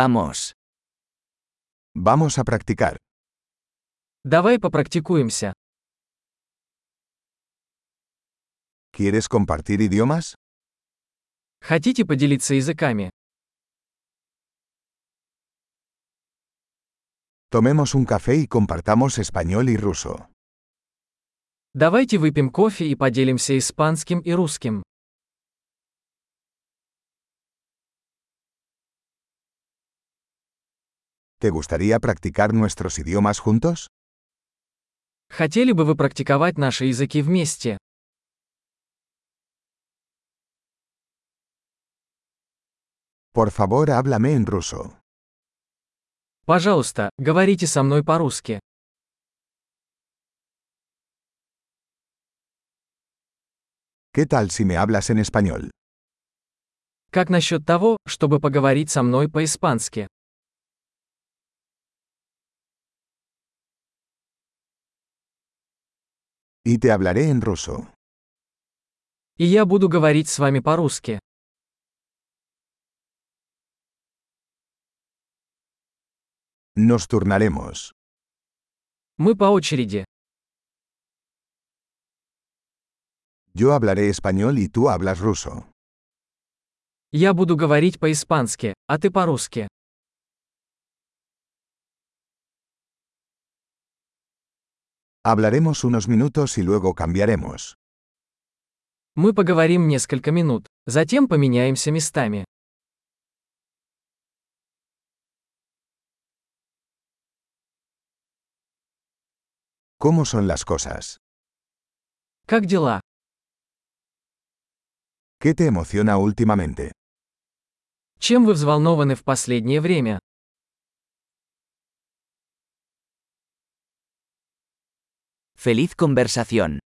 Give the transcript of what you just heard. Vamos. Vamos a practicar. Давай попрактикуемся. ¿Quieres compartir idiomas? Хотите поделиться языками? Tomemos un café y compartamos español y ruso. Давайте выпьем кофе и поделимся испанским и русским. ¿Te gustaría practicar nuestros idiomas juntos? Хотели бы вы практиковать наши языки вместе? Por favor, háblame en ruso. Пожалуйста, говорите со мной по-русски. ¿Qué tal si me hablas en español? Как насчет того, чтобы поговорить со мной по-испански? Y te hablaré en ruso. И я буду говорить с вами по-русски. Nos turnaremos. Мы по очереди. Yo hablaré español y tú hablas ruso. Я буду говорить по-испански, а ты по-русски. Hablaremos unos minutos y luego cambiaremos. Мы поговорим несколько минут, затем поменяемся местами. ¿Cómo son las cosas? Как дела? ¿Qué te emociona últimamente? Чем вы взволнованы в последнее время? Feliz conversación.